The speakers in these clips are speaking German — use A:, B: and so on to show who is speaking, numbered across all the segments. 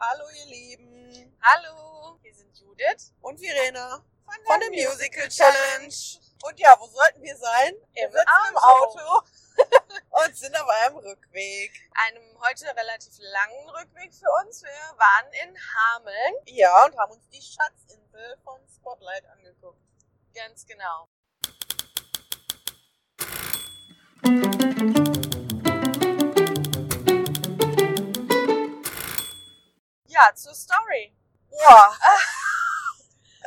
A: Hallo ihr Lieben
B: Hallo, hier sind Judith
A: und Verena
B: von
A: von der Musical Challenge. Und ja, wo sollten wir sein? Wir
B: Im
A: sitzen im
B: Auto.
A: Auto und sind auf einem Rückweg.
B: Einem heute relativ langen Rückweg für uns. Wir waren in Hameln.
A: Ja, und haben uns die Schatzinsel von Spotlight angeguckt.
B: Ganz genau. Ja, zur Story.
A: Boah.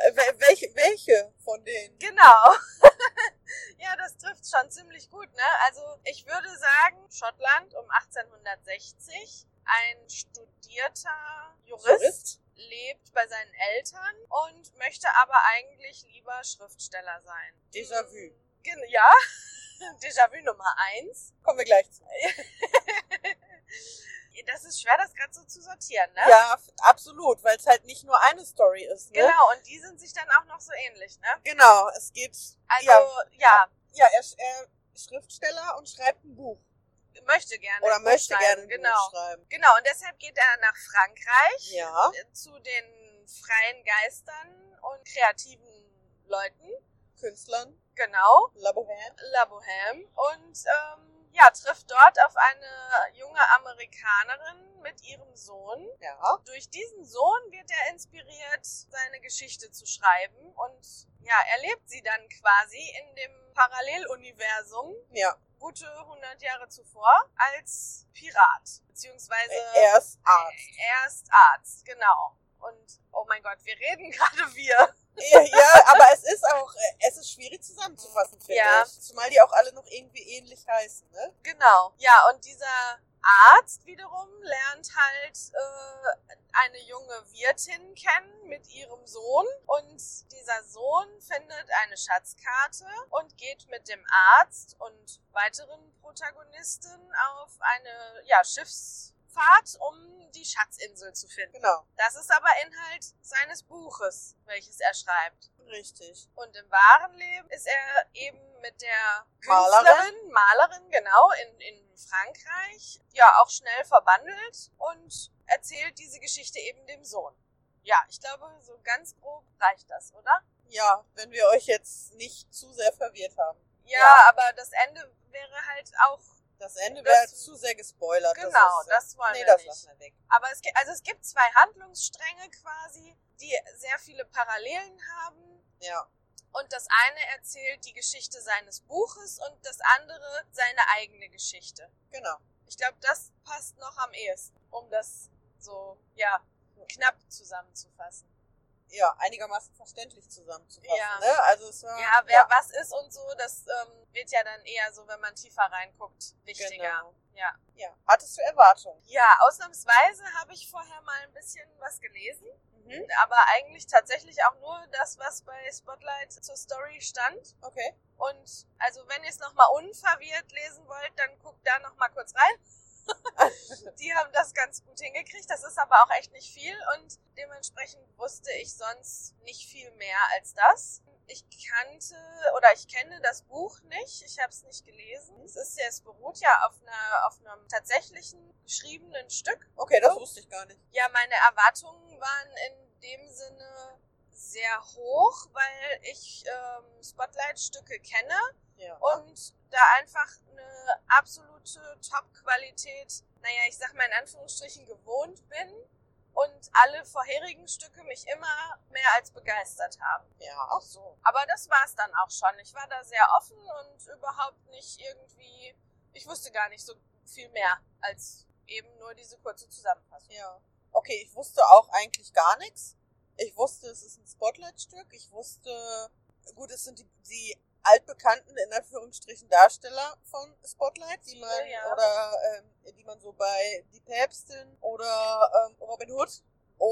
A: Äh, wel- welche, welche von denen?
B: Genau. ja, das trifft schon ziemlich gut, ne? Also ich würde sagen, Schottland um 1860. Ein studierter Jurist
A: Jurist?
B: lebt bei seinen Eltern und möchte aber eigentlich lieber Schriftsteller sein. Hm,
A: Déjà-vu.
B: Gen ja, Déjà-vu Nummer eins.
A: Kommen wir gleich zu.
B: Das ist schwer, das gerade so zu sortieren, ne?
A: Ja, f- absolut, weil es halt nicht nur eine Story ist, ne?
B: Genau, und die sind sich dann auch noch so ähnlich, ne?
A: Genau, es geht.
B: Also,
A: ja,
B: ja,
A: ja, er ist äh, Schriftsteller und schreibt ein Buch.
B: möchte gerne.
A: Oder
B: gut
A: möchte
B: sein,
A: gerne ein
B: Genau.
A: Buch schreiben.
B: Genau, und deshalb geht er nach Frankreich
A: Ja.
B: äh, zu den freien Geistern und kreativen Leuten,
A: Künstlern,
B: genau,
A: La Bohème.
B: La Bohème, und ähm, ja, trifft dort auf eine junge Amerikanerin mit ihrem Sohn.
A: Ja.
B: Durch diesen Sohn wird er inspiriert, seine Geschichte zu schreiben und ja, erlebt sie dann quasi in dem Paralleluniversum
A: Ja.
B: gute 100 Jahre zuvor als Pirat,
A: Also
B: beziehungsweise
A: er ist Arzt.
B: Erst Arzt, genau. Und oh mein Gott, wir reden gerade wir.
A: ja, ja, aber es ist auch, äh, es ist schwierig zusammenzufassen, finde
B: Ja.
A: ich. Zumal die auch alle noch irgendwie ähnlich heißen, ne?
B: Genau. Ja, und dieser Arzt wiederum lernt halt äh, eine junge Wirtin kennen mit ihrem Sohn. Und dieser Sohn findet eine Schatzkarte und geht mit dem Arzt und weiteren Protagonisten auf eine ja, Schiffsfahrt, um die Schatzinsel zu finden.
A: Genau.
B: Das ist aber Inhalt seines Buches, welches er schreibt.
A: Richtig.
B: Und im wahren Leben ist er eben mit der
A: Malerin?
B: Künstlerin, Malerin, genau, in, in Frankreich, ja, auch schnell verbandelt und erzählt diese Geschichte eben dem Sohn. Ja, ich glaube, so ganz grob reicht das, oder?
A: Ja, wenn wir euch jetzt nicht zu sehr verwirrt haben.
B: Ja,
A: Ja.
B: aber das Ende wäre halt auch,
A: Das Ende
B: Das-
A: wäre halt zu sehr gespoilert.
B: genau,
A: ist, äh,
B: das, wollen
A: Nee,
B: wir
A: das
B: nicht.
A: lassen wir weg.
B: Aber es gibt, also es gibt zwei Handlungsstränge quasi, die sehr viele Parallelen haben.
A: Ja.
B: Und das eine erzählt die Geschichte seines Buches und das andere seine eigene Geschichte.
A: Genau.
B: Ich glaube, das passt noch am ehesten, um das so, ja, knapp zusammenzufassen.
A: Ja, einigermaßen verständlich zusammenzufassen,
B: Ja.
A: ne? Also es war.
B: Ja, wer was ist und so, das ähm, wird ja dann eher so, wenn man tiefer reinguckt, wichtiger.
A: Genau.
B: Ja.
A: Ja. Hattest du Erwartungen?
B: Ja, ausnahmsweise habe ich vorher mal ein bisschen was gelesen, aber eigentlich tatsächlich auch nur das, was bei Spotlight zur Story stand.
A: Okay.
B: Und also wenn ihr es nochmal unverwirrt lesen wollt, dann guckt da nochmal kurz rein. Die haben das ganz gut hingekriegt. Das ist aber auch echt nicht viel und dementsprechend wusste ich sonst nicht viel mehr als das. Ich kannte oder ich kenne das Buch nicht. Ich habe es nicht gelesen. Es ist ja, es beruht ja auf einer, auf einem tatsächlichen geschriebenen Stück.
A: Okay,
B: Oh.
A: das wusste ich gar nicht.
B: Ja, meine Erwartungen waren in dem Sinne sehr hoch, weil ich ähm, Spotlight-Stücke kenne
A: Ja.
B: und da einfach eine absolute Top-Qualität, naja, ich sag mal in Anführungsstrichen gewohnt bin und alle vorherigen Stücke mich immer mehr als begeistert haben.
A: ja, ach so.
B: Aber das war's dann auch schon. Ich war da sehr offen und überhaupt nicht irgendwie, ich wusste gar nicht so viel mehr als eben nur diese kurze Zusammenfassung.
A: Ja. Okay, ich wusste auch eigentlich gar nichts. Ich wusste, es ist ein Spotlight-Stück. Ich wusste, gut, es sind die, die altbekannten, in Anführungsstrichen, Darsteller von Spotlight, die man,
B: Viele, ja.
A: oder, ähm, die man so bei Die Päpstin oder ähm, Robin Hood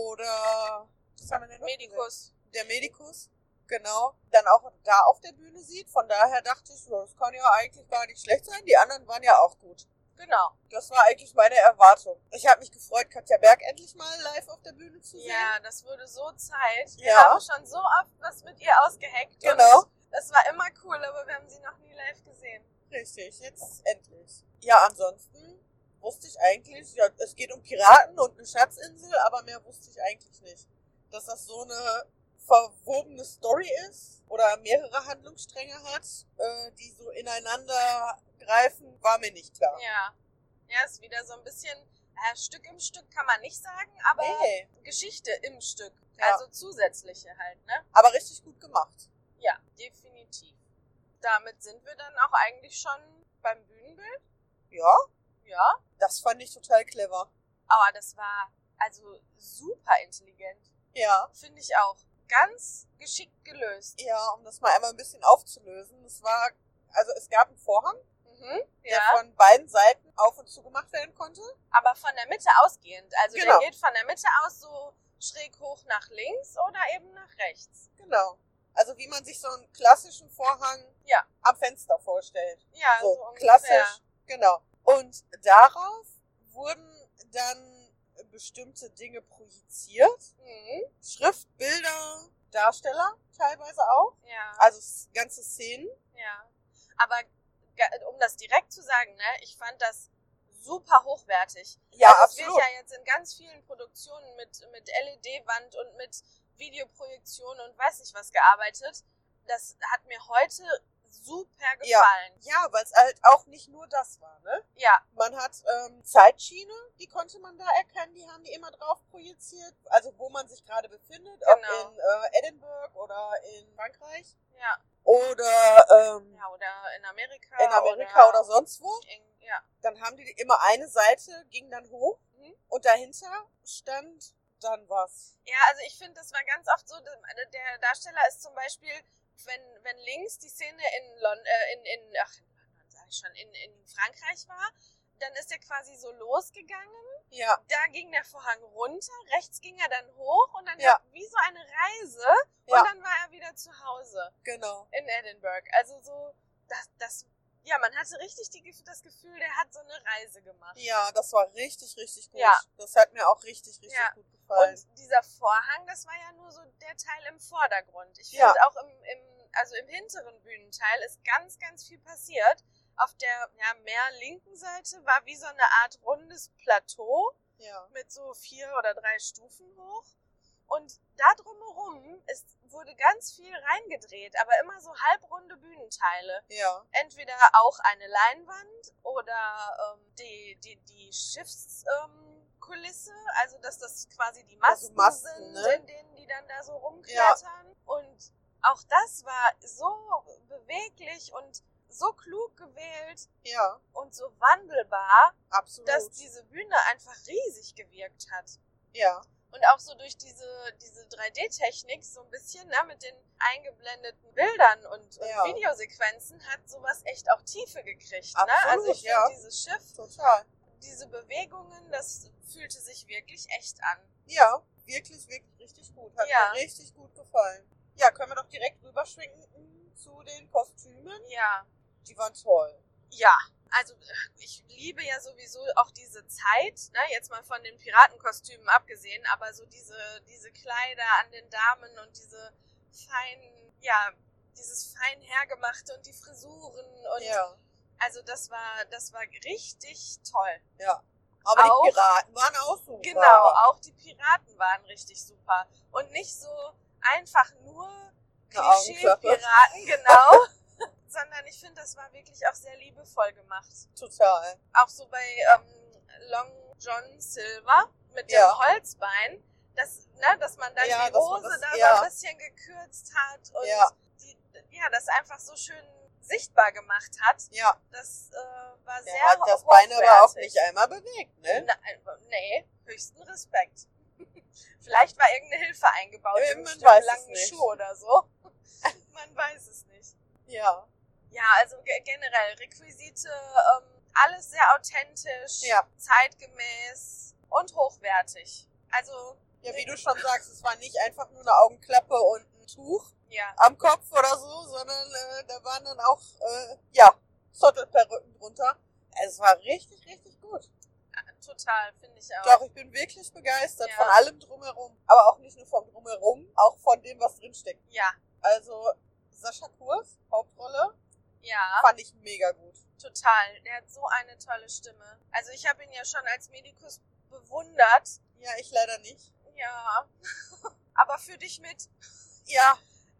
A: oder was haben wir denn noch
B: Medikus.
A: der Medikus, genau, dann auch da auf der Bühne sieht. Von daher dachte ich, ja, das kann ja eigentlich gar nicht schlecht sein. Die anderen waren ja auch gut.
B: Genau.
A: Das war eigentlich meine Erwartung. Ich habe mich gefreut, Katja Berg endlich mal live auf der Bühne zu sehen.
B: Ja, das würde so Zeit. Wir
A: Ja.
B: haben schon so oft was mit ihr ausgeheckt.
A: Genau.
B: Und das war immer cool, aber wir haben sie noch nie live gesehen.
A: Richtig, jetzt endlich. Ja, ansonsten wusste ich eigentlich, ja, es geht um Piraten und eine Schatzinsel, aber mehr wusste ich eigentlich nicht. Dass das so eine verwobene Story ist oder mehrere Handlungsstränge hat, äh, die so ineinander greifen, war mir nicht klar.
B: Ja. Ja, ist wieder so ein bisschen äh, Stück im Stück kann man nicht sagen, aber
A: Nee,
B: Geschichte im Stück.
A: Ja.
B: Also zusätzliche halt, ne?
A: aber richtig gut gemacht.
B: Ja, definitiv. Damit sind wir dann auch eigentlich schon beim Bühnenbild.
A: Ja,
B: Ja.
A: das fand ich total clever.
B: Aber das war also super intelligent.
A: Ja.
B: Finde ich auch. Ganz geschickt gelöst.
A: Ja, um das mal einmal ein bisschen aufzulösen. Es war, also es gab einen Vorhang,
B: Mhm.
A: der
B: Ja.
A: von beiden Seiten auf und zu gemacht werden konnte.
B: Aber von der Mitte ausgehend. Also
A: Genau.
B: der geht von der Mitte aus so schräg hoch nach links oder eben nach rechts.
A: Genau. Also wie man sich so einen klassischen Vorhang
B: Ja.
A: am Fenster vorstellt.
B: Ja, so,
A: so,
B: ungefähr.
A: klassisch. Genau. Und darauf wurden dann bestimmte Dinge projiziert.
B: Mhm.
A: Schrift, Bilder, Darsteller teilweise auch.
B: Ja,
A: Also s- ganze Szenen.
B: ja. Aber ge- um das direkt zu sagen, ne, ich fand das super hochwertig.
A: Ja,
B: also Es
A: absolut.
B: wird ja jetzt in ganz vielen Produktionen mit, mit LED-Wand und mit Videoprojektion und weiß nicht was gearbeitet. Das hat mir heute super
A: Ja.
B: gefallen.
A: Ja, weil es halt auch nicht nur das war, ne?
B: Ja,
A: Man hat ähm, Zeitschiene, die konnte man da erkennen, die haben die immer drauf projiziert, also wo man sich gerade befindet,
B: Genau.
A: ob in äh, Edinburgh oder in Frankreich
B: ja,
A: oder ähm,
B: ja. Oder in Amerika.
A: in Amerika oder,
B: so.
A: sonst wo.
B: In, ja.
A: Dann haben die immer eine Seite, ging dann hoch
B: Mhm.
A: und dahinter stand dann was.
B: Ja, also ich finde, das war ganz oft so, dass- der Darsteller ist zum Beispiel, wenn, wenn links die Szene in London, äh, in, in, ach, in London sag ich schon, in, in Frankreich war, dann ist er quasi so losgegangen,
A: Ja,
B: da ging der Vorhang runter, rechts ging er dann hoch und dann
A: Ja.
B: hat- wie so eine Reise
A: Ja.
B: und dann war er wieder zu Hause
A: genau.
B: in Edinburgh. Also so, das, das, ja, man hatte richtig die, das Gefühl, der hat so eine Reise gemacht.
A: Ja, das war richtig, richtig gut.
B: Ja.
A: Das hat mir auch richtig, richtig
B: Ja.
A: gut gefallen.
B: Und dieser Vorhang, das war ja nur so der Teil im Vordergrund. Ich finde
A: Ja.
B: auch im, im, also im hinteren Bühnenteil ist ganz, ganz viel passiert. Auf der ja, mehr linken Seite war wie so eine Art rundes Plateau
A: ja.
B: mit so vier oder drei Stufen hoch. Und da drumherum ist, wurde ganz viel reingedreht, aber immer so halbrunde Bühnenteile.
A: Ja.
B: Entweder auch eine Leinwand oder ähm, die, die, die Schiffskulisse, ähm, Kulisse, also dass das quasi die Masten,
A: Also Masten,
B: sind,
A: ne?
B: in denen die dann da so rumklettern. Und auch das war so beweglich und so klug gewählt
A: Ja.
B: und so wandelbar,
A: Absolut.
B: dass diese Bühne einfach riesig gewirkt hat.
A: ja.
B: Und auch so durch diese, diese 3D-Technik so ein bisschen ne, mit den eingeblendeten Bildern und, und
A: Ja.
B: Videosequenzen hat sowas echt auch Tiefe gekriegt. Ne?
A: Absolut,
B: Also ich finde
A: ja.
B: dieses Schiff,
A: Total.
B: diese Bewegungen, das fühlte sich wirklich echt an.
A: Ja, wirklich, wirklich richtig gut. Hat
B: Ja.
A: mir richtig gut gefallen. Ja, können wir doch direkt rüberschwenken zu den Kostümen.
B: Ja.
A: Die waren toll.
B: Ja. Also äh, ich liebe ja sowieso auch diese Zeit, ne, jetzt mal von den Piratenkostümen abgesehen, aber so diese, diese Kleider an den Damen und diese feinen, ja, dieses fein hergemachte und die Frisuren und
A: ja.
B: Also das war, das war richtig toll.
A: Ja. Aber
B: Auch-
A: die Piraten waren auch super.
B: Genau, auch die Piraten waren richtig super. Und nicht so einfach nur
A: Eine Augenklappe.
B: Klischee-Piraten, genau. Sondern ich finde, das war wirklich auch sehr liebevoll gemacht.
A: Total.
B: Auch so bei ähm, Long John Silver mit dem
A: Ja.
B: Holzbein, dass, ne, dass man dann
A: Ja,
B: die
A: dass man
B: Hose
A: das-
B: da
A: ja.
B: so ein bisschen gekürzt hat und
A: Ja.
B: die, ja, das einfach so schön sichtbar gemacht hat.
A: Ja.
B: Das äh, war sehr
A: Der hat das
B: hochwertig.
A: Bein aber auch nicht einmal bewegt, ne?
B: Na, äh, nee, höchsten Respekt. Vielleicht war irgendeine Hilfe eingebaut
A: Ja,
B: im
A: man
B: Stück
A: weiß es
B: langen
A: nicht.
B: Schuh oder so. man weiß es nicht.
A: Ja.
B: Ja, also ge- generell Requisite, ähm, alles sehr authentisch,
A: Ja.
B: zeitgemäß und hochwertig. Also,
A: Ja, wie du schon sagst, es war nicht einfach nur eine Augenklappe und ein Tuch
B: ja,
A: am Kopf oder so, sondern äh, da waren dann auch, äh, ja, Zottelperücken drunter. Es war richtig, richtig gut.
B: total, finde ich auch.
A: Doch, ich bin wirklich begeistert
B: Ja.
A: von allem drumherum. Aber auch nicht nur vom drumherum, auch von dem, was drinsteckt.
B: Ja,
A: Also Sascha Kurs, Hauptrolle,
B: Ja,
A: Fand ich mega gut.
B: total. Der hat so eine tolle Stimme. Also ich habe ihn ja schon als Medikus bewundert.
A: Ja, ich leider nicht.
B: Ja. Aber für dich mit.
A: Ja,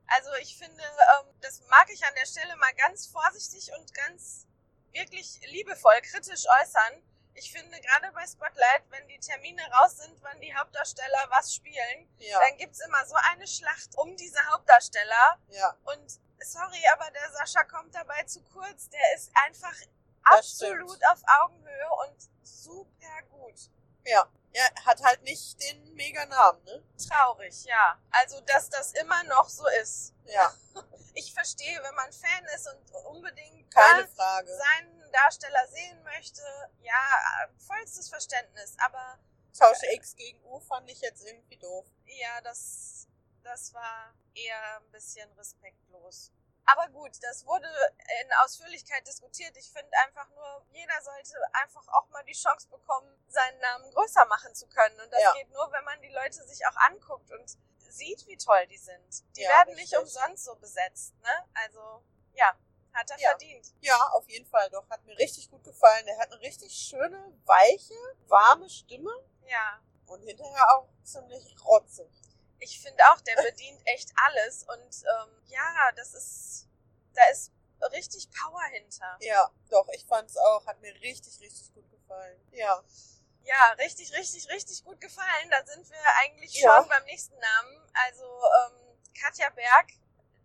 B: Also ich finde, ähm, das mag ich an der Stelle mal ganz vorsichtig und ganz wirklich liebevoll kritisch äußern. Ich finde gerade bei Spotlight, wenn die Termine raus sind, wann die Hauptdarsteller was spielen,
A: ja,
B: dann gibt's immer so eine Schlacht um diese Hauptdarsteller.
A: ja.
B: Und sorry, aber der Sascha kommt dabei zu kurz. Der ist einfach
A: Das
B: absolut
A: stimmt.
B: auf Augenhöhe und super gut.
A: Ja, hat halt nicht den mega Namen, ne?
B: Traurig, ja. Also, dass das immer noch so ist.
A: Ja,
B: Ich verstehe, wenn man Fan ist und unbedingt
A: keine
B: da
A: Frage.
B: seinen Darsteller sehen möchte, ja, vollstes Verständnis. Aber
A: Tausche X gegen U fand ich jetzt irgendwie doof.
B: ja, das, das war eher ein bisschen respektlos. Aber gut, das wurde in Ausführlichkeit diskutiert. Ich finde einfach nur, jeder sollte einfach auch mal die Chance bekommen, seinen Namen größer machen zu können. Und das
A: Ja.
B: geht nur, wenn man die Leute sich auch anguckt und sieht, wie toll die sind. Die
A: Ja,
B: werden nicht
A: richtig.
B: umsonst so besetzt, ne? Also, ja, hat er
A: Ja.
B: verdient.
A: Ja, auf jeden Fall doch. Hat mir richtig gut gefallen. Er hat eine richtig schöne, weiche, warme Stimme
B: Ja.
A: und hinterher auch ziemlich rotzig.
B: Ich finde auch, der bedient echt alles und ähm, ja, das ist, da ist richtig Power hinter.
A: Ja, doch, ich fand's auch. Hat mir richtig, richtig gut gefallen. Ja.
B: Ja, richtig, richtig, richtig gut gefallen. Da sind wir eigentlich schon
A: Ja.
B: beim nächsten Namen. Also ähm, Katja Berg,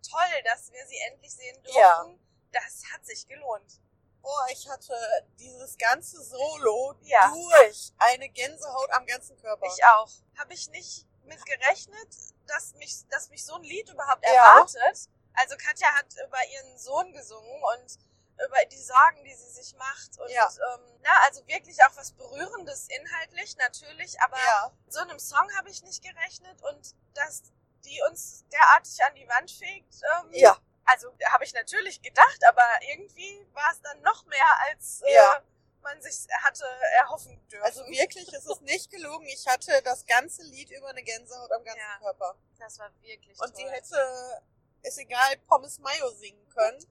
B: toll, dass wir sie endlich sehen durften.
A: Ja.
B: Das hat sich gelohnt.
A: Oh, ich hatte dieses ganze Solo
B: Ja.
A: durch eine Gänsehaut am ganzen Körper.
B: Ich auch. Habe ich nicht mit gerechnet, dass mich, dass mich so ein Lied überhaupt
A: Ja.
B: erwartet. Also Katja hat über ihren Sohn gesungen und über die Sorgen, die sie sich macht. Und
A: Ja.
B: ähm, na, also wirklich auch was Berührendes inhaltlich, natürlich, aber
A: ja,
B: mit so einem Song habe ich nicht gerechnet und dass die uns derartig an die Wand fegt, ähm,
A: ja,
B: also habe ich natürlich gedacht, aber irgendwie war es dann noch mehr, als äh,
A: Ja.
B: man sich hatte erhoffen dürfen.
A: also wirklich, es ist nicht gelogen. Ich hatte das ganze Lied über eine Gänsehaut am ganzen
B: Ja.
A: Körper.
B: Das war wirklich
A: Und die
B: toll.
A: hätte, ist egal, Pommes Mayo singen können.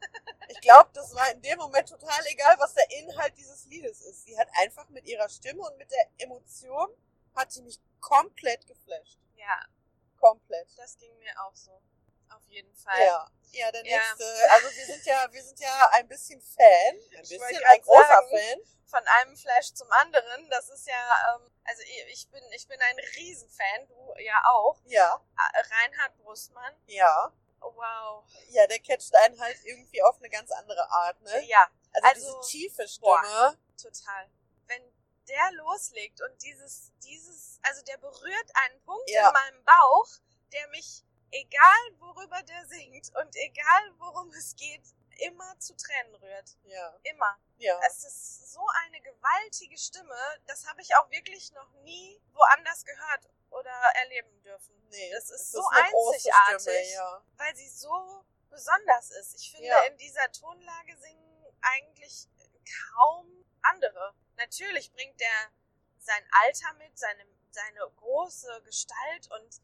A: Ich glaube, das war in dem Moment total egal, was der Inhalt dieses Liedes ist. Sie hat einfach mit ihrer Stimme und mit der Emotion hat sie mich komplett geflasht.
B: Ja,
A: Komplett.
B: das ging mir auch so. Auf jeden Fall.
A: Ja. Ja, der
B: Ja.
A: nächste. Also wir sind ja, wir sind ja ein bisschen Fan. Ein bisschen
B: wollte
A: ein
B: grad
A: großer
B: sagen.
A: Fan.
B: Von einem Flash zum anderen, das ist ja, ähm, also ich ich bin, ich bin ein Riesenfan, du ja auch.
A: Ja,
B: Äh, Reinhard Brustmann,
A: ja.
B: wow.
A: Ja, der catcht einen halt irgendwie auf eine ganz andere Art, ne?
B: Ja,
A: Also,
B: Also,
A: diese tiefe
B: boah.
A: Stimme.
B: Total. Wenn der loslegt und dieses, dieses, also der berührt einen Punkt
A: Ja.
B: in meinem Bauch, der mich, egal worüber der singt und egal worum es geht, immer zu Tränen rührt.
A: Ja,
B: Immer.
A: ja.
B: Es ist so eine gewaltige Stimme, das habe ich auch wirklich noch nie woanders gehört oder erleben dürfen.
A: Nee,
B: es ist
A: es
B: so
A: eine große
B: einzigartig.
A: Stimme, ja.
B: weil sie so besonders ist. Ich finde,
A: Ja.
B: in dieser Tonlage singen eigentlich kaum andere. Natürlich bringt er sein Alter mit, seine, seine große Gestalt und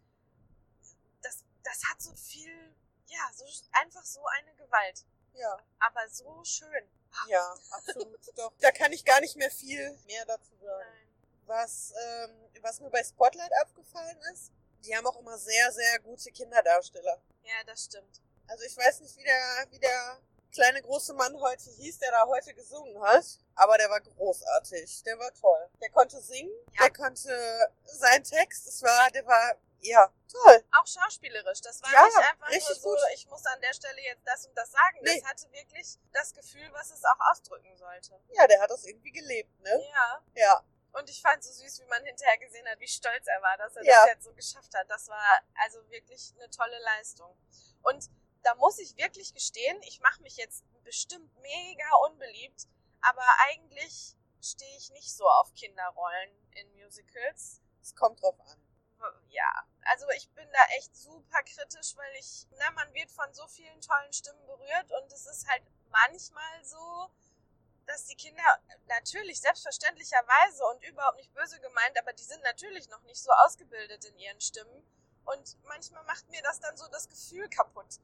B: das, das hat so viel, ja, so, einfach so eine Gewalt.
A: Ja,
B: Aber so schön.
A: ja, absolut. Doch. Da kann ich gar nicht mehr viel mehr dazu sagen. Was, ähm, was mir bei Spotlight aufgefallen ist, die haben auch immer sehr, sehr gute Kinderdarsteller.
B: Ja, das stimmt.
A: Also ich weiß nicht, wie der, wie der kleine große Mann heute hieß, der da heute gesungen hat, aber der war großartig. Der war toll. Der konnte singen,
B: Ja.
A: der konnte seinen Text, es war, der war, ja, toll.
B: Auch schauspielerisch. Das war
A: Ja,
B: nicht einfach nur
A: richtig
B: so,
A: gut.
B: ich muss an der Stelle jetzt das und das sagen.
A: Nee.
B: Das hatte wirklich das Gefühl, was es auch ausdrücken sollte.
A: Ja, der hat das irgendwie gelebt, ne?
B: Ja.
A: Ja,
B: Und ich fand so süß, wie man hinterher gesehen hat, wie stolz er war, dass er
A: Ja.
B: das jetzt so geschafft hat. Das war also wirklich eine tolle Leistung. Und da muss ich wirklich gestehen, ich mache mich jetzt bestimmt mega unbeliebt, aber eigentlich stehe ich nicht so auf Kinderrollen in Musicals.
A: es kommt drauf an.
B: Ja, also ich bin da echt super kritisch, weil ich, na, man wird von so vielen tollen Stimmen berührt und es ist halt manchmal so, dass die Kinder natürlich selbstverständlicherweise und überhaupt nicht böse gemeint, aber die sind natürlich noch nicht so ausgebildet in ihren Stimmen und manchmal macht mir das dann so das Gefühl kaputt.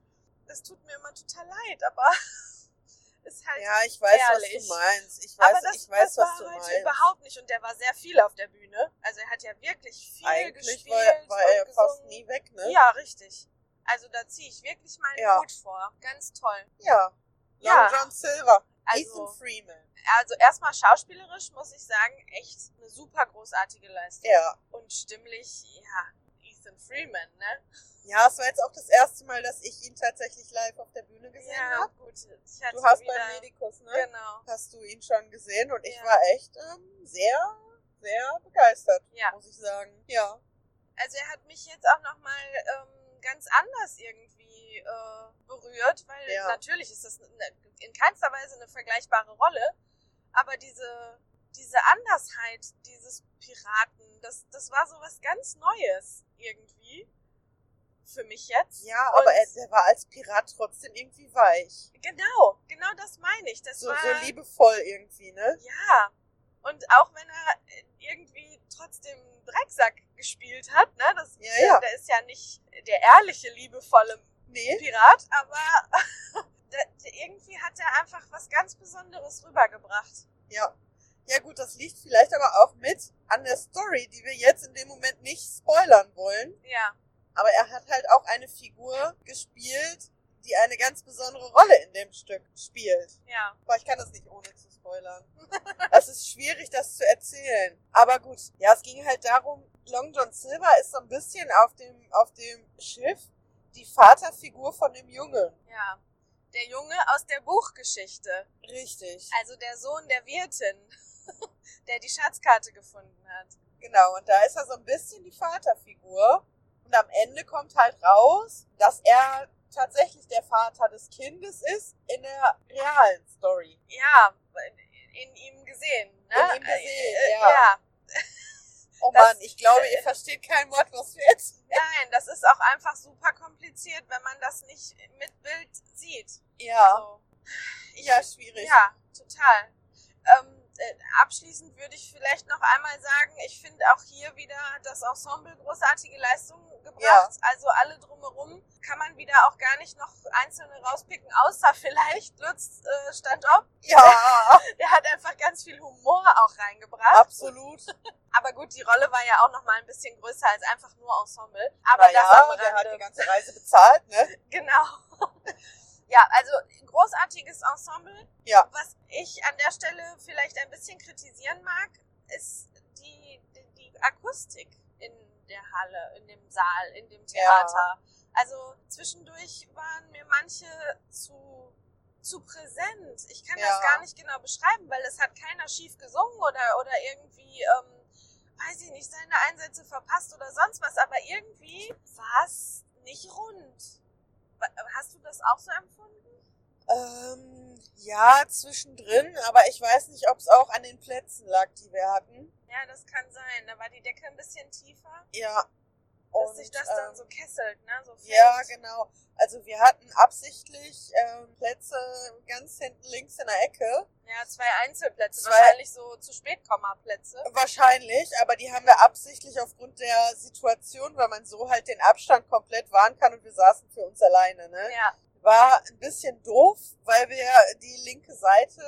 B: Das tut mir immer total leid, aber ist halt
A: Ja, ich weiß,
B: ehrlich.
A: was du meinst. Ich
B: aber
A: weiß,
B: das,
A: ich weiß
B: das war
A: was du
B: heute
A: meinst.
B: überhaupt nicht. Und der war sehr viel auf der Bühne. Also er hat ja wirklich viel
A: Eigentlich
B: gespielt
A: war, er- war er
B: und gesungen.
A: fast nie weg, ne?
B: Ja, richtig. Also da ziehe ich wirklich meinen
A: Ja.
B: Hut vor. Ganz toll.
A: ja.
B: Ja.
A: Long John Silver.
B: Also,
A: Ethan Freeman.
B: also erstmal schauspielerisch muss ich sagen, echt eine super großartige Leistung.
A: Ja.
B: Und stimmlich, ja, Ethan Freeman, ne?
A: Ja, es war jetzt auch das erste Mal, dass ich ihn tatsächlich live auf der Bühne gesehen
B: Ja,
A: habe.
B: gut. Ich hatte
A: Du hast
B: wieder,
A: beim Medikus, ne?
B: Genau.
A: Hast du ihn schon gesehen und ich
B: Ja.
A: war echt ähm, sehr, sehr begeistert,
B: Ja.
A: muss ich sagen. Ja.
B: Also er hat mich jetzt auch nochmal ähm, ganz anders irgendwie äh, berührt, weil
A: Ja.
B: natürlich ist das ne- in keinster Weise eine vergleichbare Rolle, aber diese, diese Andersheit dieses Piraten, das, das war so was ganz Neues irgendwie für mich jetzt.
A: Ja,
B: Und-
A: aber er, er war als Pirat trotzdem irgendwie weich.
B: Genau, genau das meine ich. Das
A: So,
B: war,
A: so liebevoll irgendwie, ne?
B: Ja. Und auch wenn er äh, irgendwie trotzdem Drecksack gespielt hat, ne? Das
A: Ja, ja.
B: Der ist ja nicht der ehrliche, liebevolle
A: Nee.
B: Pirat, aber da, irgendwie hat er einfach was ganz Besonderes rübergebracht.
A: Ja. Ja gut, das liegt vielleicht aber auch mit an der Story, die wir jetzt in dem Moment nicht spoilern wollen.
B: Ja.
A: Aber er hat halt auch eine Figur gespielt, die eine ganz besondere Rolle in dem Stück spielt.
B: Ja.
A: Boah, ich kann das nicht ohne zu spoilern. Das ist schwierig, das zu erzählen. Aber gut, ja, es ging halt darum, Long John Silver ist so ein bisschen auf dem, auf dem Schiff die Vaterfigur von dem Jungen.
B: Ja. Der Junge aus der Buchgeschichte.
A: Richtig.
B: Also der Sohn der Wirtin, der die Schatzkarte gefunden hat.
A: Genau, und da ist er so ein bisschen die Vaterfigur. Und am Ende kommt halt raus, dass er tatsächlich der Vater des Kindes ist in der realen Story.
B: Ja, in ihm gesehen, ne?
A: In ihm gesehen,
B: Äh, äh,
A: ja.
B: ja.
A: Oh
B: Das-
A: Mann, ich glaube, ihr versteht kein Wort, was wir jetzt
B: Nein, das ist auch einfach super kompliziert, wenn man das nicht mit Bild sieht.
A: Ja,
B: So.
A: ja, schwierig.
B: Ja, total. Ähm, äh, abschließend würde ich vielleicht noch einmal sagen, ich finde auch hier wieder hat das Ensemble großartige Leistungen gebracht.
A: Ja.
B: Also alle drumherum kann man wieder auch gar nicht noch einzelne rauspicken, außer vielleicht Lutz äh, Standop.
A: Ja,
B: Der hat einfach ganz viel Humor auch reingebracht.
A: absolut.
B: Aber gut, die Rolle war ja auch noch mal ein bisschen größer als einfach nur Ensemble. Aber
A: Aber
B: das
A: ja,
B: am Rande.
A: der hat die ganze Reise bezahlt, ne?
B: Genau. Ja, also großartiges Ensemble.
A: Ja.
B: Was ich an der Stelle vielleicht ein bisschen kritisieren mag, ist die, die, die Akustik in der Halle, in dem Saal, in dem Theater. Also zwischendurch waren mir manche zu, zu präsent. Ich kann das
A: Ja.
B: gar nicht genau beschreiben, weil es hat keiner schief gesungen oder, oder irgendwie, ähm, weiß ich nicht, seine Einsätze verpasst oder sonst was, aber irgendwie war es nicht rund. Wa- Hast du das auch so empfunden?
A: Ähm, ja, zwischendrin, aber ich weiß nicht, ob es auch an den Plätzen lag, die wir hatten.
B: Ja, das kann sein. Da war die Decke ein bisschen tiefer,
A: Ja.
B: dass sich das dann
A: ähm,
B: so kesselt, ne? So fällt.
A: Ja, genau. Also wir hatten absichtlich ähm, Plätze ganz hinten links in der Ecke,
B: ja, zwei Einzelplätze,
A: Zwei-
B: wahrscheinlich so zu Spätkomma-Plätze.
A: wahrscheinlich, aber die haben wir absichtlich aufgrund der Situation, weil man so halt den Abstand komplett wahren kann und wir saßen für uns alleine, ne?
B: Ja,
A: war ein bisschen doof, weil wir die linke Seite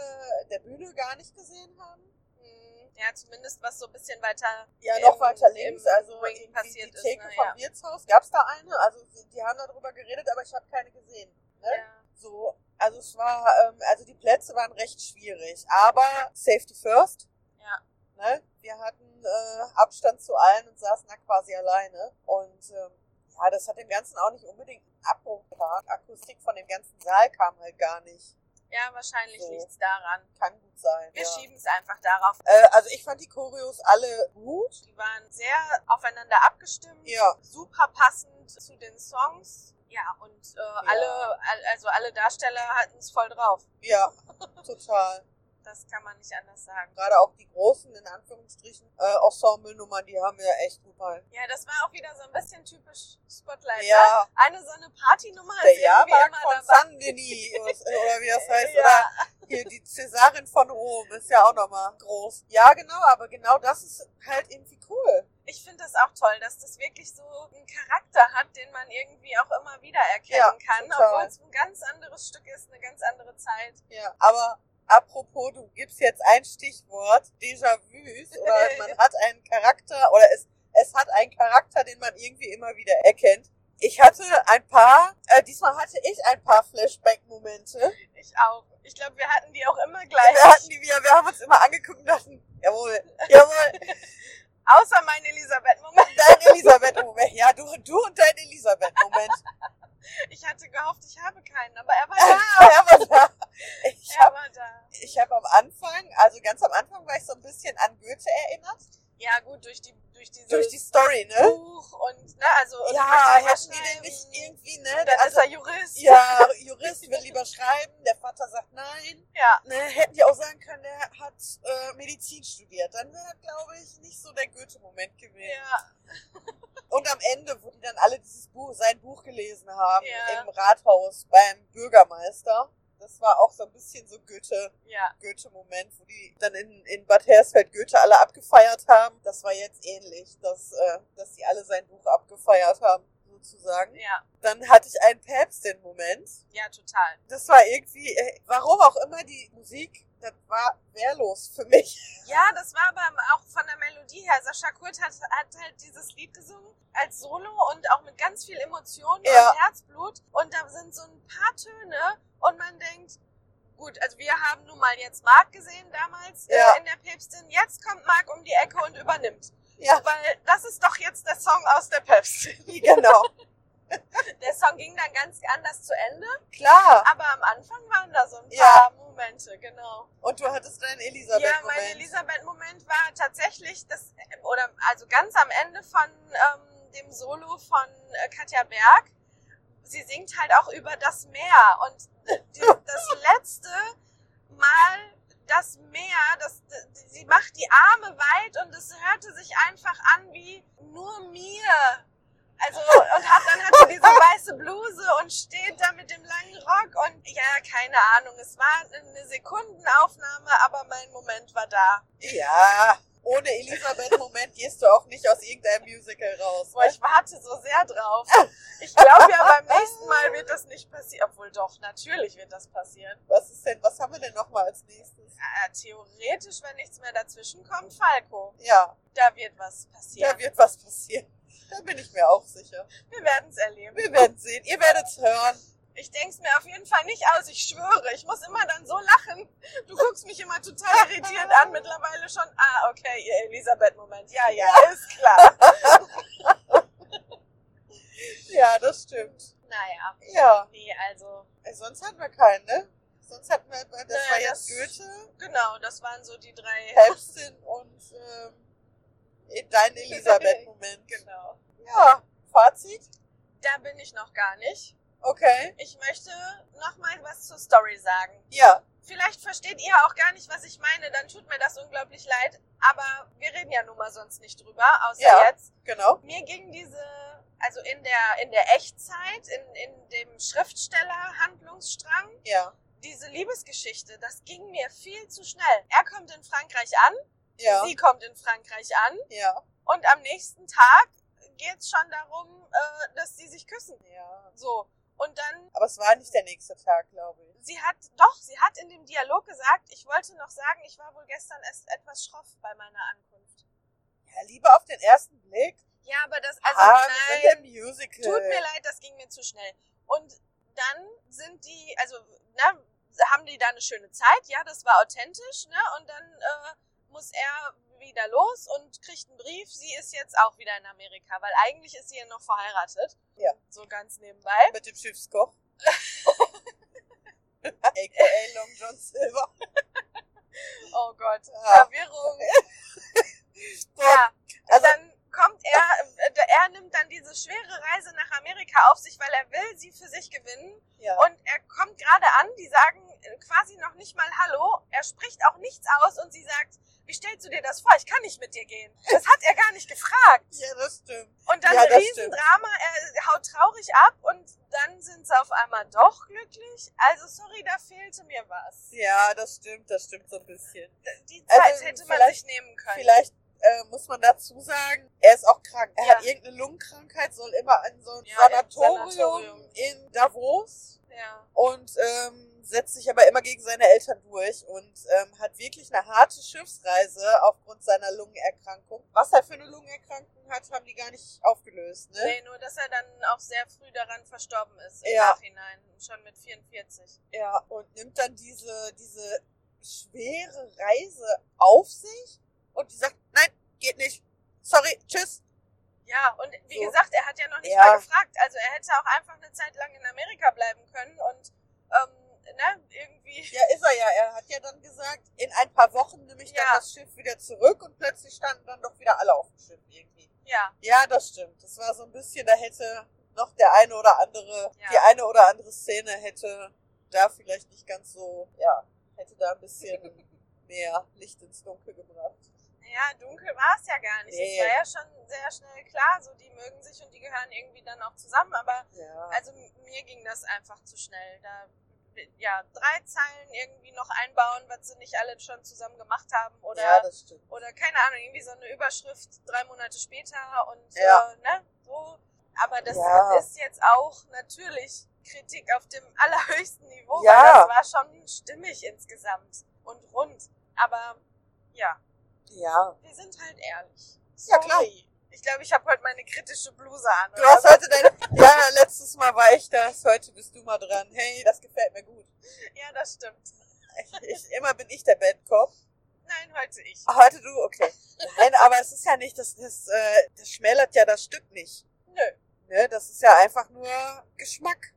A: der Bühne gar nicht gesehen haben.
B: Hm. ja, zumindest was so ein bisschen weiter.
A: Ja,
B: Im-
A: noch weiter
B: im
A: links, also
B: Wing
A: irgendwie
B: passiert
A: die
B: ist,
A: Theke
B: ne,
A: vom
B: ja.
A: Wirtshaus, gab's da eine? Also die- die haben darüber geredet, aber ich habe keine gesehen. Ne?
B: Ja.
A: So, also es war, ähm, also die Plätze waren recht schwierig, aber Safety First.
B: Ja.
A: Ne? Wir hatten äh, Abstand zu allen und saßen da quasi alleine und ähm, ja, das hat dem Ganzen auch nicht unbedingt einen Abbruch getan. Akustik von dem ganzen Saal kam halt gar nicht.
B: ja, wahrscheinlich
A: So.
B: liegt's daran.
A: Kann gut sein.
B: Wir
A: ja.
B: schieben es einfach darauf.
A: Äh, also ich fand die Choreos alle gut.
B: Die waren sehr aufeinander abgestimmt,
A: Ja.
B: super passend zu den Songs. Ja, und äh, alle, al- also alle Darsteller hatten es voll drauf.
A: Ja, total.
B: Das kann man nicht anders sagen.
A: Gerade auch die großen, in Anführungsstrichen, äh, Ensemble-Nummern, die haben wir echt gut mal.
B: Ja, das war auch wieder so ein bisschen typisch Spotlight. ne?
A: Ja,
B: eine so eine Partynummer ist
A: der
B: Also irgendwie
A: Jahrmarkt
B: immer
A: von
B: dabei.
A: San Denis oder oder wie das heißt.
B: Ja.
A: Oder hier die Cäsarin von Rom ist ja auch nochmal groß. Ja, genau, aber genau das ist halt irgendwie cool.
B: ich finde das auch toll, dass das wirklich so einen Charakter hat, den man irgendwie auch immer wieder erkennen
A: Ja,
B: kann,
A: total.
B: obwohl es ein ganz anderes Stück ist, eine ganz andere Zeit.
A: Ja, aber apropos, du gibst jetzt ein Stichwort, Déjà-vus, oder man hat einen Charakter, oder es, es hat einen Charakter, den man irgendwie immer wieder erkennt. Ich hatte ein paar, äh, diesmal hatte ich ein paar Flashback-Momente.
B: Ich auch. Ich glaube, wir hatten die auch immer gleich.
A: Wir hatten die wieder, wir haben uns immer angeguckt und dachten, jawohl, jawohl,
B: Außer mein Elisabeth-Moment.
A: dein Elisabeth-Moment. Ja, du, du und dein Elisabeth-Moment. Äh,
B: Ich hatte gehofft, ich habe keinen, aber er war
A: Ja,
B: da.
A: aber da- Ich
B: Er
A: habe
B: war da.
A: ich hab am Anfang, also ganz am Anfang war ich so ein bisschen an Goethe erinnert.
B: Ja, gut, durch die, durch diese
A: Durch die Story, ne?
B: Buch und, ne, also, und
A: Ja,
B: kannst
A: hätten
B: du
A: die
B: schreiben.
A: denn nicht irgendwie, ne?
B: Dann
A: also,
B: ist er Jurist.
A: ja, Jurist will lieber schreiben, der Vater sagt nein.
B: ja.
A: Ne, hätten die auch sagen können, der hat äh, Medizin studiert. Dann wäre das, glaube ich, nicht so der Goethe-Moment gewesen.
B: ja.
A: Und am Ende, wo die dann alle dieses Buch, sein Buch gelesen haben,
B: Ja.
A: im Rathaus beim Bürgermeister, das war auch so ein bisschen so Goethe,
B: Ja.
A: Goethe-Moment, wo die dann in, in Bad Hersfeld Goethe alle abgefeiert haben. Das war jetzt ähnlich, dass, äh, dass die alle sein Buch abgefeiert haben, sozusagen.
B: Ja.
A: Dann hatte ich einen Päpstin-Moment.
B: Ja, total.
A: Das war irgendwie, äh, warum auch immer die Musik, das war wehrlos für mich.
B: Ja, das war aber auch von der Melodie her. Sascha Kurt hat, hat halt dieses Lied gesungen als Solo und auch mit ganz viel Emotion
A: Ja.
B: und Herzblut. Und da sind so ein paar Töne und man denkt, gut, also wir haben nun mal jetzt Marc gesehen damals
A: Ja.
B: äh, in der Päpstin. Jetzt kommt Marc um die Ecke und übernimmt.
A: Ja,
B: Weil das ist doch jetzt der Song aus der Päpstin.
A: genau.
B: Der Song ging dann ganz anders zu Ende,
A: Klar.
B: aber am Anfang waren da so ein
A: Ja.
B: paar Momente, genau.
A: Und du hattest deinen Elisabeth-Moment.
B: Ja, mein Elisabeth-Moment war tatsächlich das, oder also ganz am Ende von ähm, dem Solo von äh, Katja Berg. Sie singt halt auch über das Meer und äh, die, das letzte Mal das Meer, das, d- sie macht die Arme weit und es hörte sich einfach an wie nur mir. Also, und hat, dann hat sie diese weiße Bluse und steht da mit dem langen Rock und ja, keine Ahnung. Es war eine Sekundenaufnahme, aber mein Moment war da.
A: Ja. Ohne Elisabeth-Moment gehst du auch nicht aus irgendeinem Musical raus.
B: Boah, ich warte so sehr drauf. Ich glaube ja, beim nächsten Mal wird das nicht passieren. Obwohl doch, natürlich wird das passieren.
A: Was ist denn, was haben wir denn nochmal als nächstes?
B: Äh, theoretisch, wenn nichts mehr dazwischen kommt, Falco.
A: Ja,
B: Da wird was
A: da
B: passieren.
A: wird was passieren. Da bin ich mir auch sicher.
B: Wir werden es erleben.
A: Wir werden sehen. Ihr werdet hören.
B: Ich denk's mir auf jeden Fall nicht aus, ich schwöre. Ich muss immer dann so lachen. Du guckst mich immer total irritiert an, mittlerweile schon. Ah, okay, ihr Elisabeth-Moment. Ja, ja, ist klar.
A: Ja, das stimmt.
B: Naja.
A: Ja.
B: Nee, also,
A: Äh, Sonst hatten wir keinen, ne? Sonst hatten wir, das
B: Naja,
A: war jetzt
B: das-
A: Goethe,
B: genau, das waren so die drei.
A: Päpstin Äh, und ähm, dein Elisabeth-Moment.
B: Genau.
A: Ja, Fazit?
B: Da bin ich noch gar nicht.
A: Okay.
B: Ich möchte noch mal was zur Story sagen.
A: Ja,
B: Vielleicht versteht ihr auch gar nicht, was ich meine, dann tut mir das unglaublich leid. Aber wir reden ja nun mal sonst nicht drüber, außer
A: Ja.
B: jetzt.
A: genau.
B: Mir ging diese, also in der, in der Echtzeit, in, in dem Schriftsteller-Handlungsstrang,
A: Ja,
B: diese Liebesgeschichte, das ging mir viel zu schnell. Er kommt in Frankreich an,
A: ja,
B: sie kommt in Frankreich an
A: ja,
B: und am nächsten Tag geht's schon darum, äh, dass sie sich küssen.
A: ja.
B: So. Und dann,
A: Aber es war nicht der nächste Tag, glaube ich.
B: sie hat, doch, sie hat in dem Dialog gesagt, ich wollte noch sagen, ich war wohl gestern erst etwas schroff bei meiner Ankunft.
A: Ja, lieber auf den ersten Blick.
B: Ja, aber das, also
A: ah, wir
B: nein.
A: sind im Musical.
B: Tut mir leid, das ging mir zu schnell. Und dann sind die, also, ne, haben die da eine schöne Zeit, ja, das war authentisch, ne? Und dann äh, muss er wieder los und kriegt einen Brief, sie ist jetzt auch wieder in Amerika, weil eigentlich ist sie ja noch verheiratet.
A: Ja.
B: So ganz nebenbei.
A: Mit dem Schiffskoch. AKA Long John Silver.
B: Oh Gott,
A: Ja.
B: Verwirrung.
A: Ja,
B: Ja,
A: also,
B: dann kommt er, äh, er nimmt dann diese schwere Reise nach Amerika auf sich, weil er will sie für sich gewinnen.
A: ja.
B: Und er kommt gerade an, die sagen äh, quasi noch nicht mal Hallo, er spricht auch nichts aus und sie sagt, wie stellst du dir das vor? Ich kann nicht mit dir gehen. Das hat er gar nicht gefragt.
A: ja, das stimmt.
B: Und dann
A: Ja,
B: ein
A: das stimmt.
B: Riesendrama, er haut traurig ab und dann sind sie auf einmal doch glücklich. Also sorry, da fehlte mir was.
A: Ja, das stimmt, das stimmt so ein bisschen.
B: Die Zeit
A: Also,
B: hätte man
A: vielleicht-
B: sich nehmen können.
A: Vielleicht äh, muss man dazu sagen, er ist auch krank. Er
B: Ja.
A: hat irgendeine Lungenkrankheit, soll immer in so ein
B: Ja, im
A: Sanatorium,
B: Sanatorium.
A: in Davos
B: Ja.
A: und ähm, setzt sich aber immer gegen seine Eltern durch und ähm, hat wirklich eine harte Schiffsreise aufgrund seiner Lungenerkrankung. Was er für eine Lungenerkrankung hat, haben die gar nicht aufgelöst, ne?
B: Nee, nur dass er dann auch sehr früh daran verstorben ist im
A: Ja.
B: Nachhinein, schon mit 44.
A: Ja, und nimmt dann diese, diese schwere Reise auf sich und die sagt, nein, geht nicht. Sorry, tschüss.
B: Ja, und wie
A: So.
B: gesagt, er hat ja noch nicht
A: Ja.
B: mal gefragt. Also er hätte auch einfach eine Zeit lang in Amerika bleiben können und ähm, ne, irgendwie.
A: Ja, ist er ja. Er hat ja dann gesagt, in ein paar Wochen nehme ich dann
B: Ja.
A: das Schiff wieder zurück und plötzlich standen dann doch wieder alle auf dem Schiff irgendwie.
B: Ja,
A: Ja, das stimmt. Das war so ein bisschen, da hätte noch der eine oder andere,
B: Ja.
A: die eine oder andere Szene hätte da vielleicht nicht ganz so, ja, hätte da ein bisschen mehr Licht ins Dunkel gebracht.
B: ja, dunkel war es ja gar nicht.
A: Nee.
B: Es war ja schon sehr schnell klar, so die mögen sich und die gehören irgendwie dann auch zusammen. Aber
A: Ja.
B: also mir ging das einfach zu schnell. Da ja, drei Zeilen irgendwie noch einbauen, was sie nicht alle schon zusammen gemacht haben oder
A: ja, das stimmt.
B: oder keine Ahnung, irgendwie so eine Überschrift drei Monate später und
A: Ja.
B: äh, ne, so. Aber das
A: Ja.
B: ist jetzt auch natürlich Kritik auf dem allerhöchsten Niveau,
A: Ja.
B: weil das war schon stimmig insgesamt und rund. Aber ja,
A: Ja.
B: wir sind halt ehrlich.
A: Ja, klar.
B: Ich glaube, ich habe heute meine kritische Bluse an.
A: Du
B: oder
A: hast halt heute
B: so.
A: deine. Ja, letztes Mal war ich das, heute bist du mal dran. Hey, das gefällt mir gut.
B: Ja, das stimmt.
A: Ich, immer bin ich der Bad Cop.
B: Nein, heute ich.
A: Heute du, okay. Nein, aber es ist ja nicht, das, das, äh, das schmälert ja das Stück nicht.
B: Nö.
A: Ne? Das ist ja einfach nur Geschmack.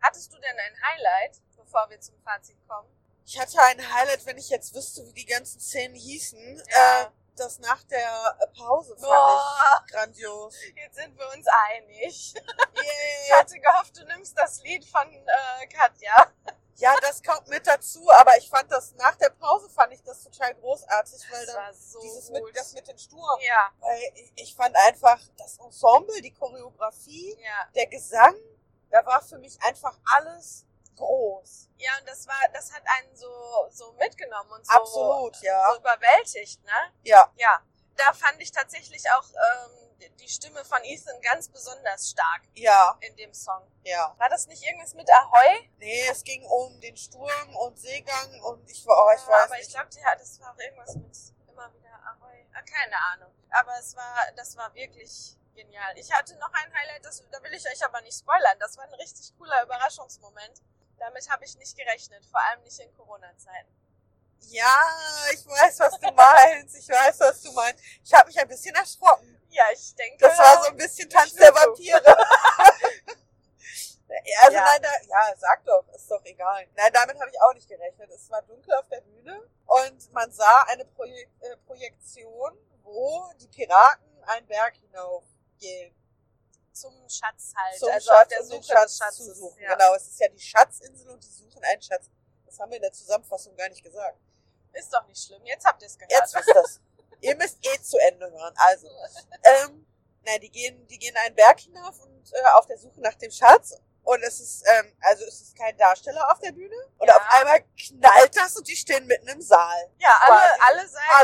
B: Hattest du denn ein Highlight, bevor wir zum Fazit kommen?
A: Ich hatte ein Highlight, wenn ich jetzt wüsste, wie die ganzen Szenen hießen.
B: Ja.
A: Äh, das nach der Pause fand
B: Boah.
A: ich grandios.
B: Jetzt sind wir uns einig. Ich
A: Yeah.
B: hatte gehofft, du nimmst das Lied von äh, Katja.
A: Ja, das kommt mit dazu, aber ich fand das nach der Pause fand ich das total großartig, weil
B: Das
A: dann
B: war so
A: dieses
B: gut.
A: mit, das mit dem Sturm.
B: ja,
A: Weil ich- ich fand einfach das Ensemble, die Choreografie,
B: ja.
A: der Gesang, da war für mich einfach alles groß.
B: Ja, und das war, das hat einen so, so mitgenommen und so,
A: Absolut, ja.
B: so überwältigt, ne?
A: Ja,
B: Ja. Da fand ich tatsächlich auch ähm, die Stimme von Ethan ganz besonders stark
A: ja,
B: in dem Song.
A: ja.
B: War das nicht irgendwas mit Ahoi?
A: Nee, es ging um den Sturm und Seegang und ich war, oh, ich weiß
B: Aber ich
A: nicht.
B: glaube, ja, das war auch irgendwas mit immer wieder Ahoi. Ah, keine Ahnung. Aber es war, das war wirklich genial. Ich hatte noch ein Highlight, das, da will ich euch aber nicht spoilern. Das war ein richtig cooler Überraschungsmoment. Damit habe ich nicht gerechnet, vor allem nicht in Corona-Zeiten.
A: Ja, ich weiß, was du meinst. Ich weiß, was du meinst. Ich habe mich ein bisschen erschrocken.
B: Ja, ich denke.
A: Das war so ein bisschen Tanz der Vampire. Ja, Also
B: Ja.
A: nein, da, ja, sag doch, ist doch egal. Nein, damit habe ich auch nicht gerechnet. Es war dunkel auf der Bühne und man sah eine Proje äh, Projektion, wo die Piraten einen Berg hinaufgehen.
B: zum Schatz halt.
A: Zum
B: also
A: Schatz,
B: auf der
A: um den
B: Suche
A: Schatz
B: des Schatzes.
A: zu suchen.
B: Ja.
A: Genau, es ist ja die Schatzinsel und die suchen einen Schatz. Das haben wir in der Zusammenfassung gar nicht gesagt.
B: Ist doch nicht schlimm. Jetzt habt ihr es gehört.
A: Jetzt wisst das. Ihr müsst eh zu Ende hören. Also, ähm, nein, die gehen, die gehen einen Berg hinauf und äh, auf der Suche nach dem Schatz. Und es ist, ähm, also es ist kein Darsteller auf der Bühne. Und
B: Ja.
A: auf einmal knallt das und die stehen mitten im Saal.
B: ja, alle,
A: quasi.
B: alle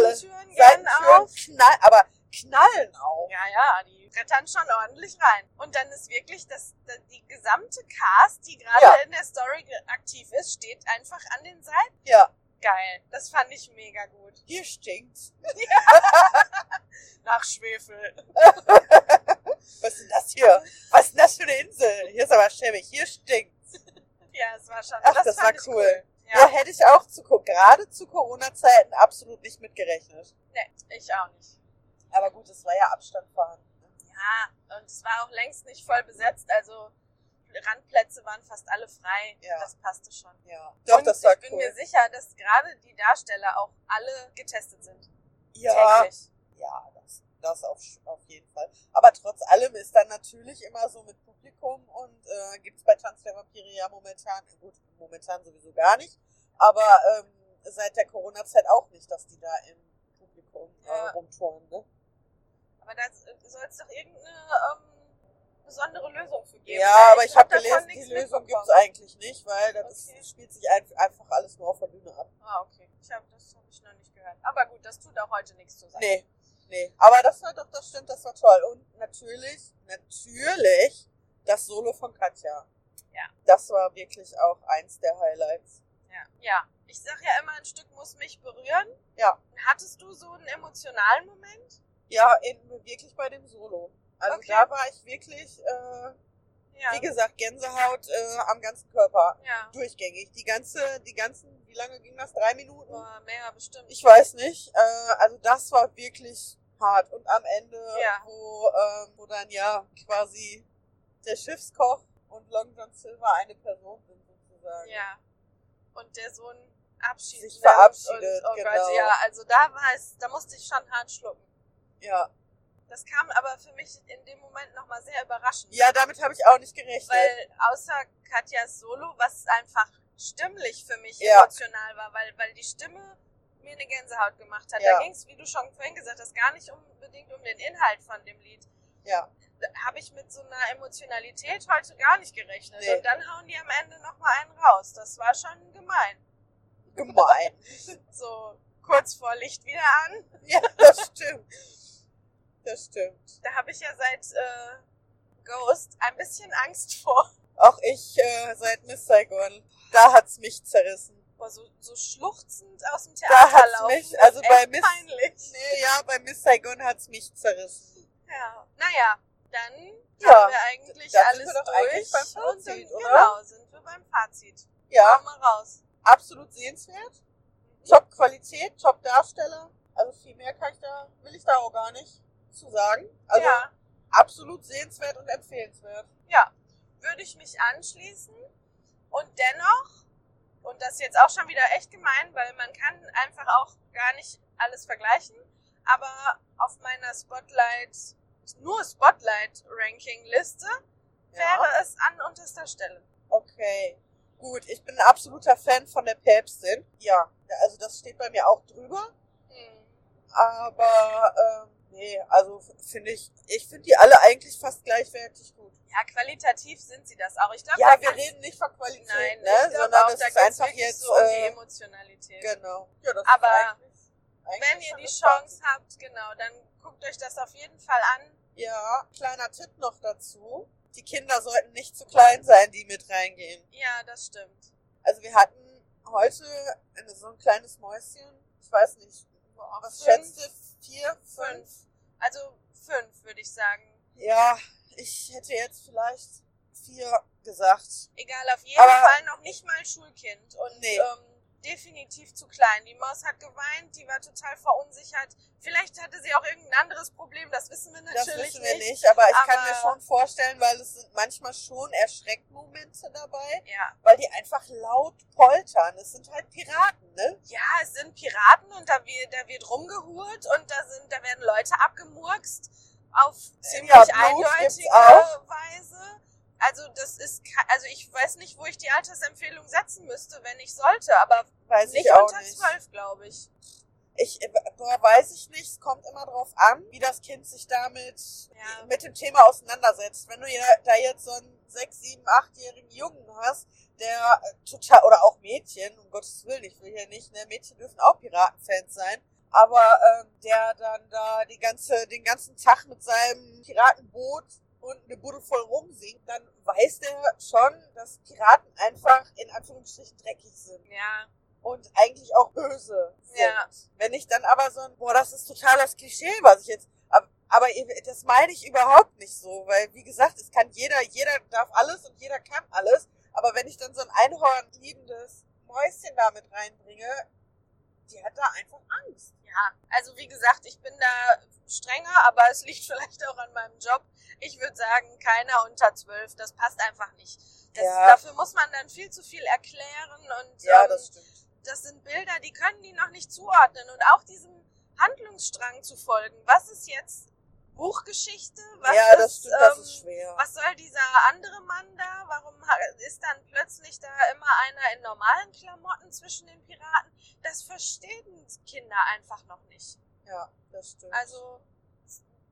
A: Alle.
B: Seitentüren gehen
A: Seitentüren
B: auf.
A: Knall, aber knallen auch.
B: Ja, ja, die brettern schon ordentlich rein. Und dann ist wirklich das, das, die gesamte Cast, die gerade
A: Ja.
B: in der Story ge- aktiv ist, steht einfach an den Seiten.
A: Ja,
B: Geil. Das fand ich mega gut.
A: hier stinkt's.
B: Nach Schwefel.
A: Was ist denn das hier? Was ist denn das für eine Insel? Hier ist aber schäbig. Hier stinkt's.
B: Ja, es war schon.
A: Ach, das war
B: fand ich
A: cool. Ja.
B: Ja,
A: hätte ich auch zu, Co- gerade zu Corona-Zeiten absolut nicht mitgerechnet.
B: nee, ich auch nicht.
A: Aber gut, es war ja Abstand vorhanden.
B: Ja, und es war auch längst nicht voll besetzt. Also Randplätze waren fast alle frei.
A: Ja.
B: Das passte schon.
A: Ja. Doch,
B: und
A: das war
B: ich bin
A: cool.
B: mir sicher, dass gerade die Darsteller auch alle getestet sind.
A: ja,
B: Täglich.
A: ja, das, das auf, auf jeden Fall. Aber trotz allem ist dann natürlich immer so mit Publikum und äh, gibt's bei Tanz der Vampire ja momentan, gut, momentan sowieso gar nicht, aber ähm, seit der Corona-Zeit auch nicht, dass die da im Publikum äh,
B: Ja.
A: rumtouren. Ne?
B: Aber da soll es doch irgendeine ähm, besondere Lösung für geben.
A: Ja, aber ich habe
B: davon
A: gelesen, die
B: nichts
A: Lösung gibt's
B: mitbekommen.
A: eigentlich nicht, weil das
B: Okay.
A: ist, spielt sich ein, einfach alles nur auf der Bühne ab.
B: Ah, okay. Ich hab, das habe ich noch nicht gehört. Aber gut, das tut auch heute nichts zu sagen.
A: Nee. Nee, aber das war doch, das stimmt, das war toll. Und natürlich, natürlich das Solo von Katja.
B: Ja.
A: Das war wirklich auch eins der Highlights.
B: Ja. ja. Ich sag ja immer, ein Stück muss mich berühren.
A: Ja.
B: Hattest du so einen emotionalen Moment?
A: Ja, eben wirklich bei dem Solo. Also
B: Okay.
A: da war ich wirklich, äh,
B: Ja.
A: wie gesagt, Gänsehaut äh, am ganzen Körper.
B: ja.
A: Durchgängig. Die ganze, die ganzen, wie lange ging das? Drei Minuten?
B: Boah, mehr bestimmt.
A: Ich weiß nicht. Äh, also das war wirklich hart. Und am Ende,
B: Ja.
A: wo, ähm, wo dann ja quasi der Schiffskoch und Long John Silver eine Person sind sozusagen.
B: Ja. Und der Sohn Abschied
A: Sich
B: nimmt
A: verabschiedet,
B: und, oh
A: genau.
B: Gott, ja, also da war es, da musste ich schon hart schlucken.
A: Ja,
B: Das kam aber für mich in dem Moment nochmal sehr überraschend.
A: ja damit habe ich auch nicht gerechnet.
B: Weil außer Katjas Solo, was einfach stimmlich für mich
A: Ja.
B: emotional war, weil, weil die Stimme mir eine Gänsehaut gemacht hat.
A: Ja.
B: Da ging es, wie du schon vorhin gesagt hast, gar nicht unbedingt um den Inhalt von dem Lied.
A: ja,
B: Da Habe ich mit so einer Emotionalität heute gar nicht gerechnet.
A: Nee.
B: Und dann hauen die am Ende nochmal einen raus. Das war schon gemein.
A: gemein.
B: So kurz vor Licht wieder an.
A: ja, das stimmt. Das stimmt.
B: Da habe ich ja seit äh, Ghost ein bisschen Angst vor.
A: Auch ich äh, seit Miss Saigon, da hat's mich zerrissen.
B: Boah, so, so schluchzend aus dem Theater
A: hat's
B: laufen.
A: mich- also
B: ist
A: bei
B: echt
A: Miss-
B: peinlich.
A: Nee, ja, bei Miss Saigon hat's mich zerrissen.
B: Ja. Naja, dann
A: Ja,
B: haben wir eigentlich
A: da sind
B: alles
A: wir doch
B: durch.
A: eigentlich beim
B: und
A: Fazit,
B: dann,
A: oder?
B: Genau, sind wir beim Fazit.
A: Ja,
B: Komm mal raus.
A: absolut sehenswert. Top-Qualität, Top-Darsteller. Also viel mehr kann ich da, will ich da auch gar nicht zu sagen. Also
B: ja,
A: absolut sehenswert und empfehlenswert.
B: ja. Würde ich mich anschließen. Und dennoch, und das ist jetzt auch schon wieder echt gemein, weil man kann einfach auch gar nicht alles vergleichen, aber auf meiner Spotlight, nur Spotlight-Ranking-Liste wäre es an unterster Stelle.
A: Okay. Gut, ich bin ein absoluter Fan von der Päpstin. Ja, also das steht bei mir auch drüber.
B: Hm.
A: Aber ähm, nee, also f- finde ich, ich finde die alle eigentlich fast gleichwertig gut.
B: Ja, qualitativ sind sie das auch. Ich glaube,
A: Ja,
B: da
A: wir
B: kann's-
A: reden nicht von Qualität,
B: Nein,
A: ne?
B: ich glaub
A: sondern
B: auch,
A: es
B: da
A: ist
B: geht's
A: einfach
B: wirklich
A: jetzt.
B: so um die
A: äh,
B: Emotionalität.
A: genau. Ja, das ist
B: Aber
A: eigentlich- eigentlich
B: Wenn ihr
A: schon
B: die
A: das
B: Chance habt, genau, dann guckt euch das auf jeden Fall an.
A: Ja, kleiner Tipp noch dazu. Die Kinder sollten nicht zu klein sein, die mit reingehen.
B: Ja, das stimmt.
A: Also wir hatten heute eine, so ein kleines Mäuschen. Ich weiß nicht, was
B: fünf?
A: schätzt du? Vier, fünf?
B: Fünf. Also fünf, würde ich sagen.
A: Ja, ich hätte jetzt vielleicht vier gesagt.
B: Egal, auf jeden
A: Aber-
B: Fall noch nicht mal Schulkind. Und
A: Nee.
B: ähm, definitiv zu klein. Die Maus hat geweint, die war total verunsichert. Vielleicht hatte sie auch irgendein anderes Problem, das wissen wir natürlich
A: Das wissen wir
B: nicht.
A: nicht, aber ich kann
B: aber-
A: mir schon vorstellen, weil es sind manchmal schon Erschreckmomente dabei,
B: Ja.
A: weil die einfach laut poltern. Es sind halt Piraten, ne?
B: ja, es sind Piraten und da wird, da wird rumgehurt und da, sind, da werden Leute abgemurkst auf ziemlich
A: Blut gibt's
B: eindeutige
A: auch.
B: Weise. Also das ist, ke- also ich weiß nicht, wo ich die Altersempfehlung setzen müsste, wenn ich sollte, aber
A: Weiß
B: nicht
A: ich auch
B: unter
A: nicht.
B: zwölf, glaube ich.
A: Ich äh, boah, weiß ich nicht, es kommt immer drauf an, wie das Kind sich damit
B: Ja.
A: mit dem Thema auseinandersetzt. Wenn du ja da jetzt so einen sechs, sieben, achtjährigen Jungen hast, der äh, total oder auch Mädchen, um Gottes Willen, ich will hier nicht, ne, Mädchen dürfen auch Piratenfans sein, aber ähm, der dann da die ganze, den ganzen Tag mit seinem Piratenboot und eine Bude voll rumsingt, dann weiß der schon, dass Piraten einfach in Anführungsstrichen dreckig sind
B: Ja,
A: und eigentlich auch böse sind.
B: Ja.
A: Wenn ich dann aber so ein, boah, das ist total das Klischee, was ich jetzt, aber, aber ihr- das meine ich überhaupt nicht so, weil wie gesagt, es kann jeder, jeder darf alles und jeder kann alles, aber wenn ich dann so ein Einhorn liebendes Mäuschen damit reinbringe, die hat da einfach Angst.
B: ja. Also wie gesagt, ich bin da strenger, aber es liegt vielleicht auch an meinem Job. Ich würde sagen, keiner unter zwölf, das passt einfach nicht. Das,
A: Ja.
B: Dafür muss man dann viel zu viel erklären und ähm,
A: stimmt.
B: das sind Bilder, die können die noch nicht zuordnen und auch diesem Handlungsstrang zu folgen. Was ist jetzt Buchgeschichte? Was
A: ja, das
B: ist,
A: stimmt, das
B: ähm,
A: ist schwer.
B: was soll dieser andere Mann da? Warum ha- ist dann plötzlich da immer einer in normalen Klamotten zwischen den Piraten? Das verstehen Kinder einfach noch nicht.
A: Ja, das stimmt.
B: Also,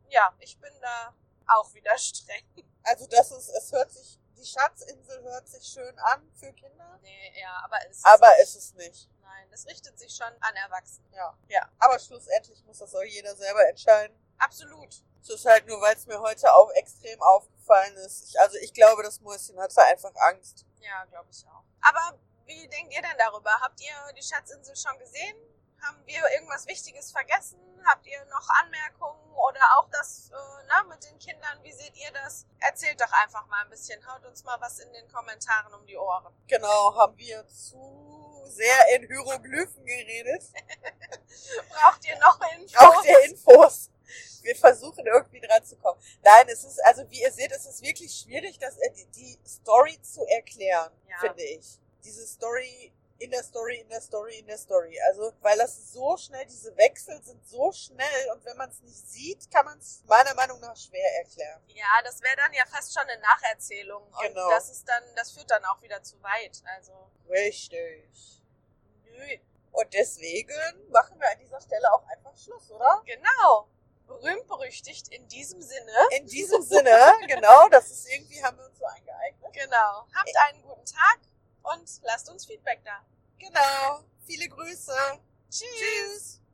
B: ja, ich bin da auch wieder streng.
A: also das ist, es hört sich, die Schatzinsel hört sich schön an für Kinder,
B: Nee, ja, aber es
A: aber ist es nicht.
B: Nein. Nein, das richtet sich schon an Erwachsene.
A: Ja.
B: Ja.
A: Aber schlussendlich muss das auch jeder selber entscheiden.
B: Absolut.
A: Es ist halt nur, weil es mir heute auch extrem aufgefallen ist. Ich, also ich glaube, das Mäuschen hatte einfach Angst.
B: Ja, glaube ich auch. Aber wie denkt ihr denn darüber? Habt ihr die Schatzinsel schon gesehen? Haben wir irgendwas Wichtiges vergessen? Habt ihr noch Anmerkungen oder auch das äh, na, mit den Kindern? Wie seht ihr das? Erzählt doch einfach mal ein bisschen. Haut uns mal was in den Kommentaren um die Ohren.
A: Genau, haben wir zu sehr in Hieroglyphen geredet.
B: Braucht ihr noch Infos?
A: Auch der Infos. Wir versuchen irgendwie dran zu kommen. Nein, es ist, also wie ihr seht, es ist wirklich schwierig, dass er die, die Story zu erklären,
B: Ja.
A: finde ich. Diese Story in der Story, in der Story, in der Story. Also, weil das so schnell, diese Wechsel sind so schnell und wenn man es nicht sieht, kann man es meiner Meinung nach schwer erklären.
B: Ja, das wäre dann ja fast schon eine Nacherzählung. Und
A: Genau.
B: das ist dann, das führt dann auch wieder zu weit. Also,
A: Richtig.
B: nö.
A: Und deswegen machen wir an dieser Stelle auch einfach Schluss, oder?
B: Genau. Berühmt berüchtigt in diesem Sinne.
A: In diesem Sinne, genau, das ist irgendwie, haben wir uns so eingeeignet.
B: Genau. Habt einen guten Tag und lasst uns Feedback da.
A: Genau. Viele Grüße.
B: Tschüss.
A: Tschüss.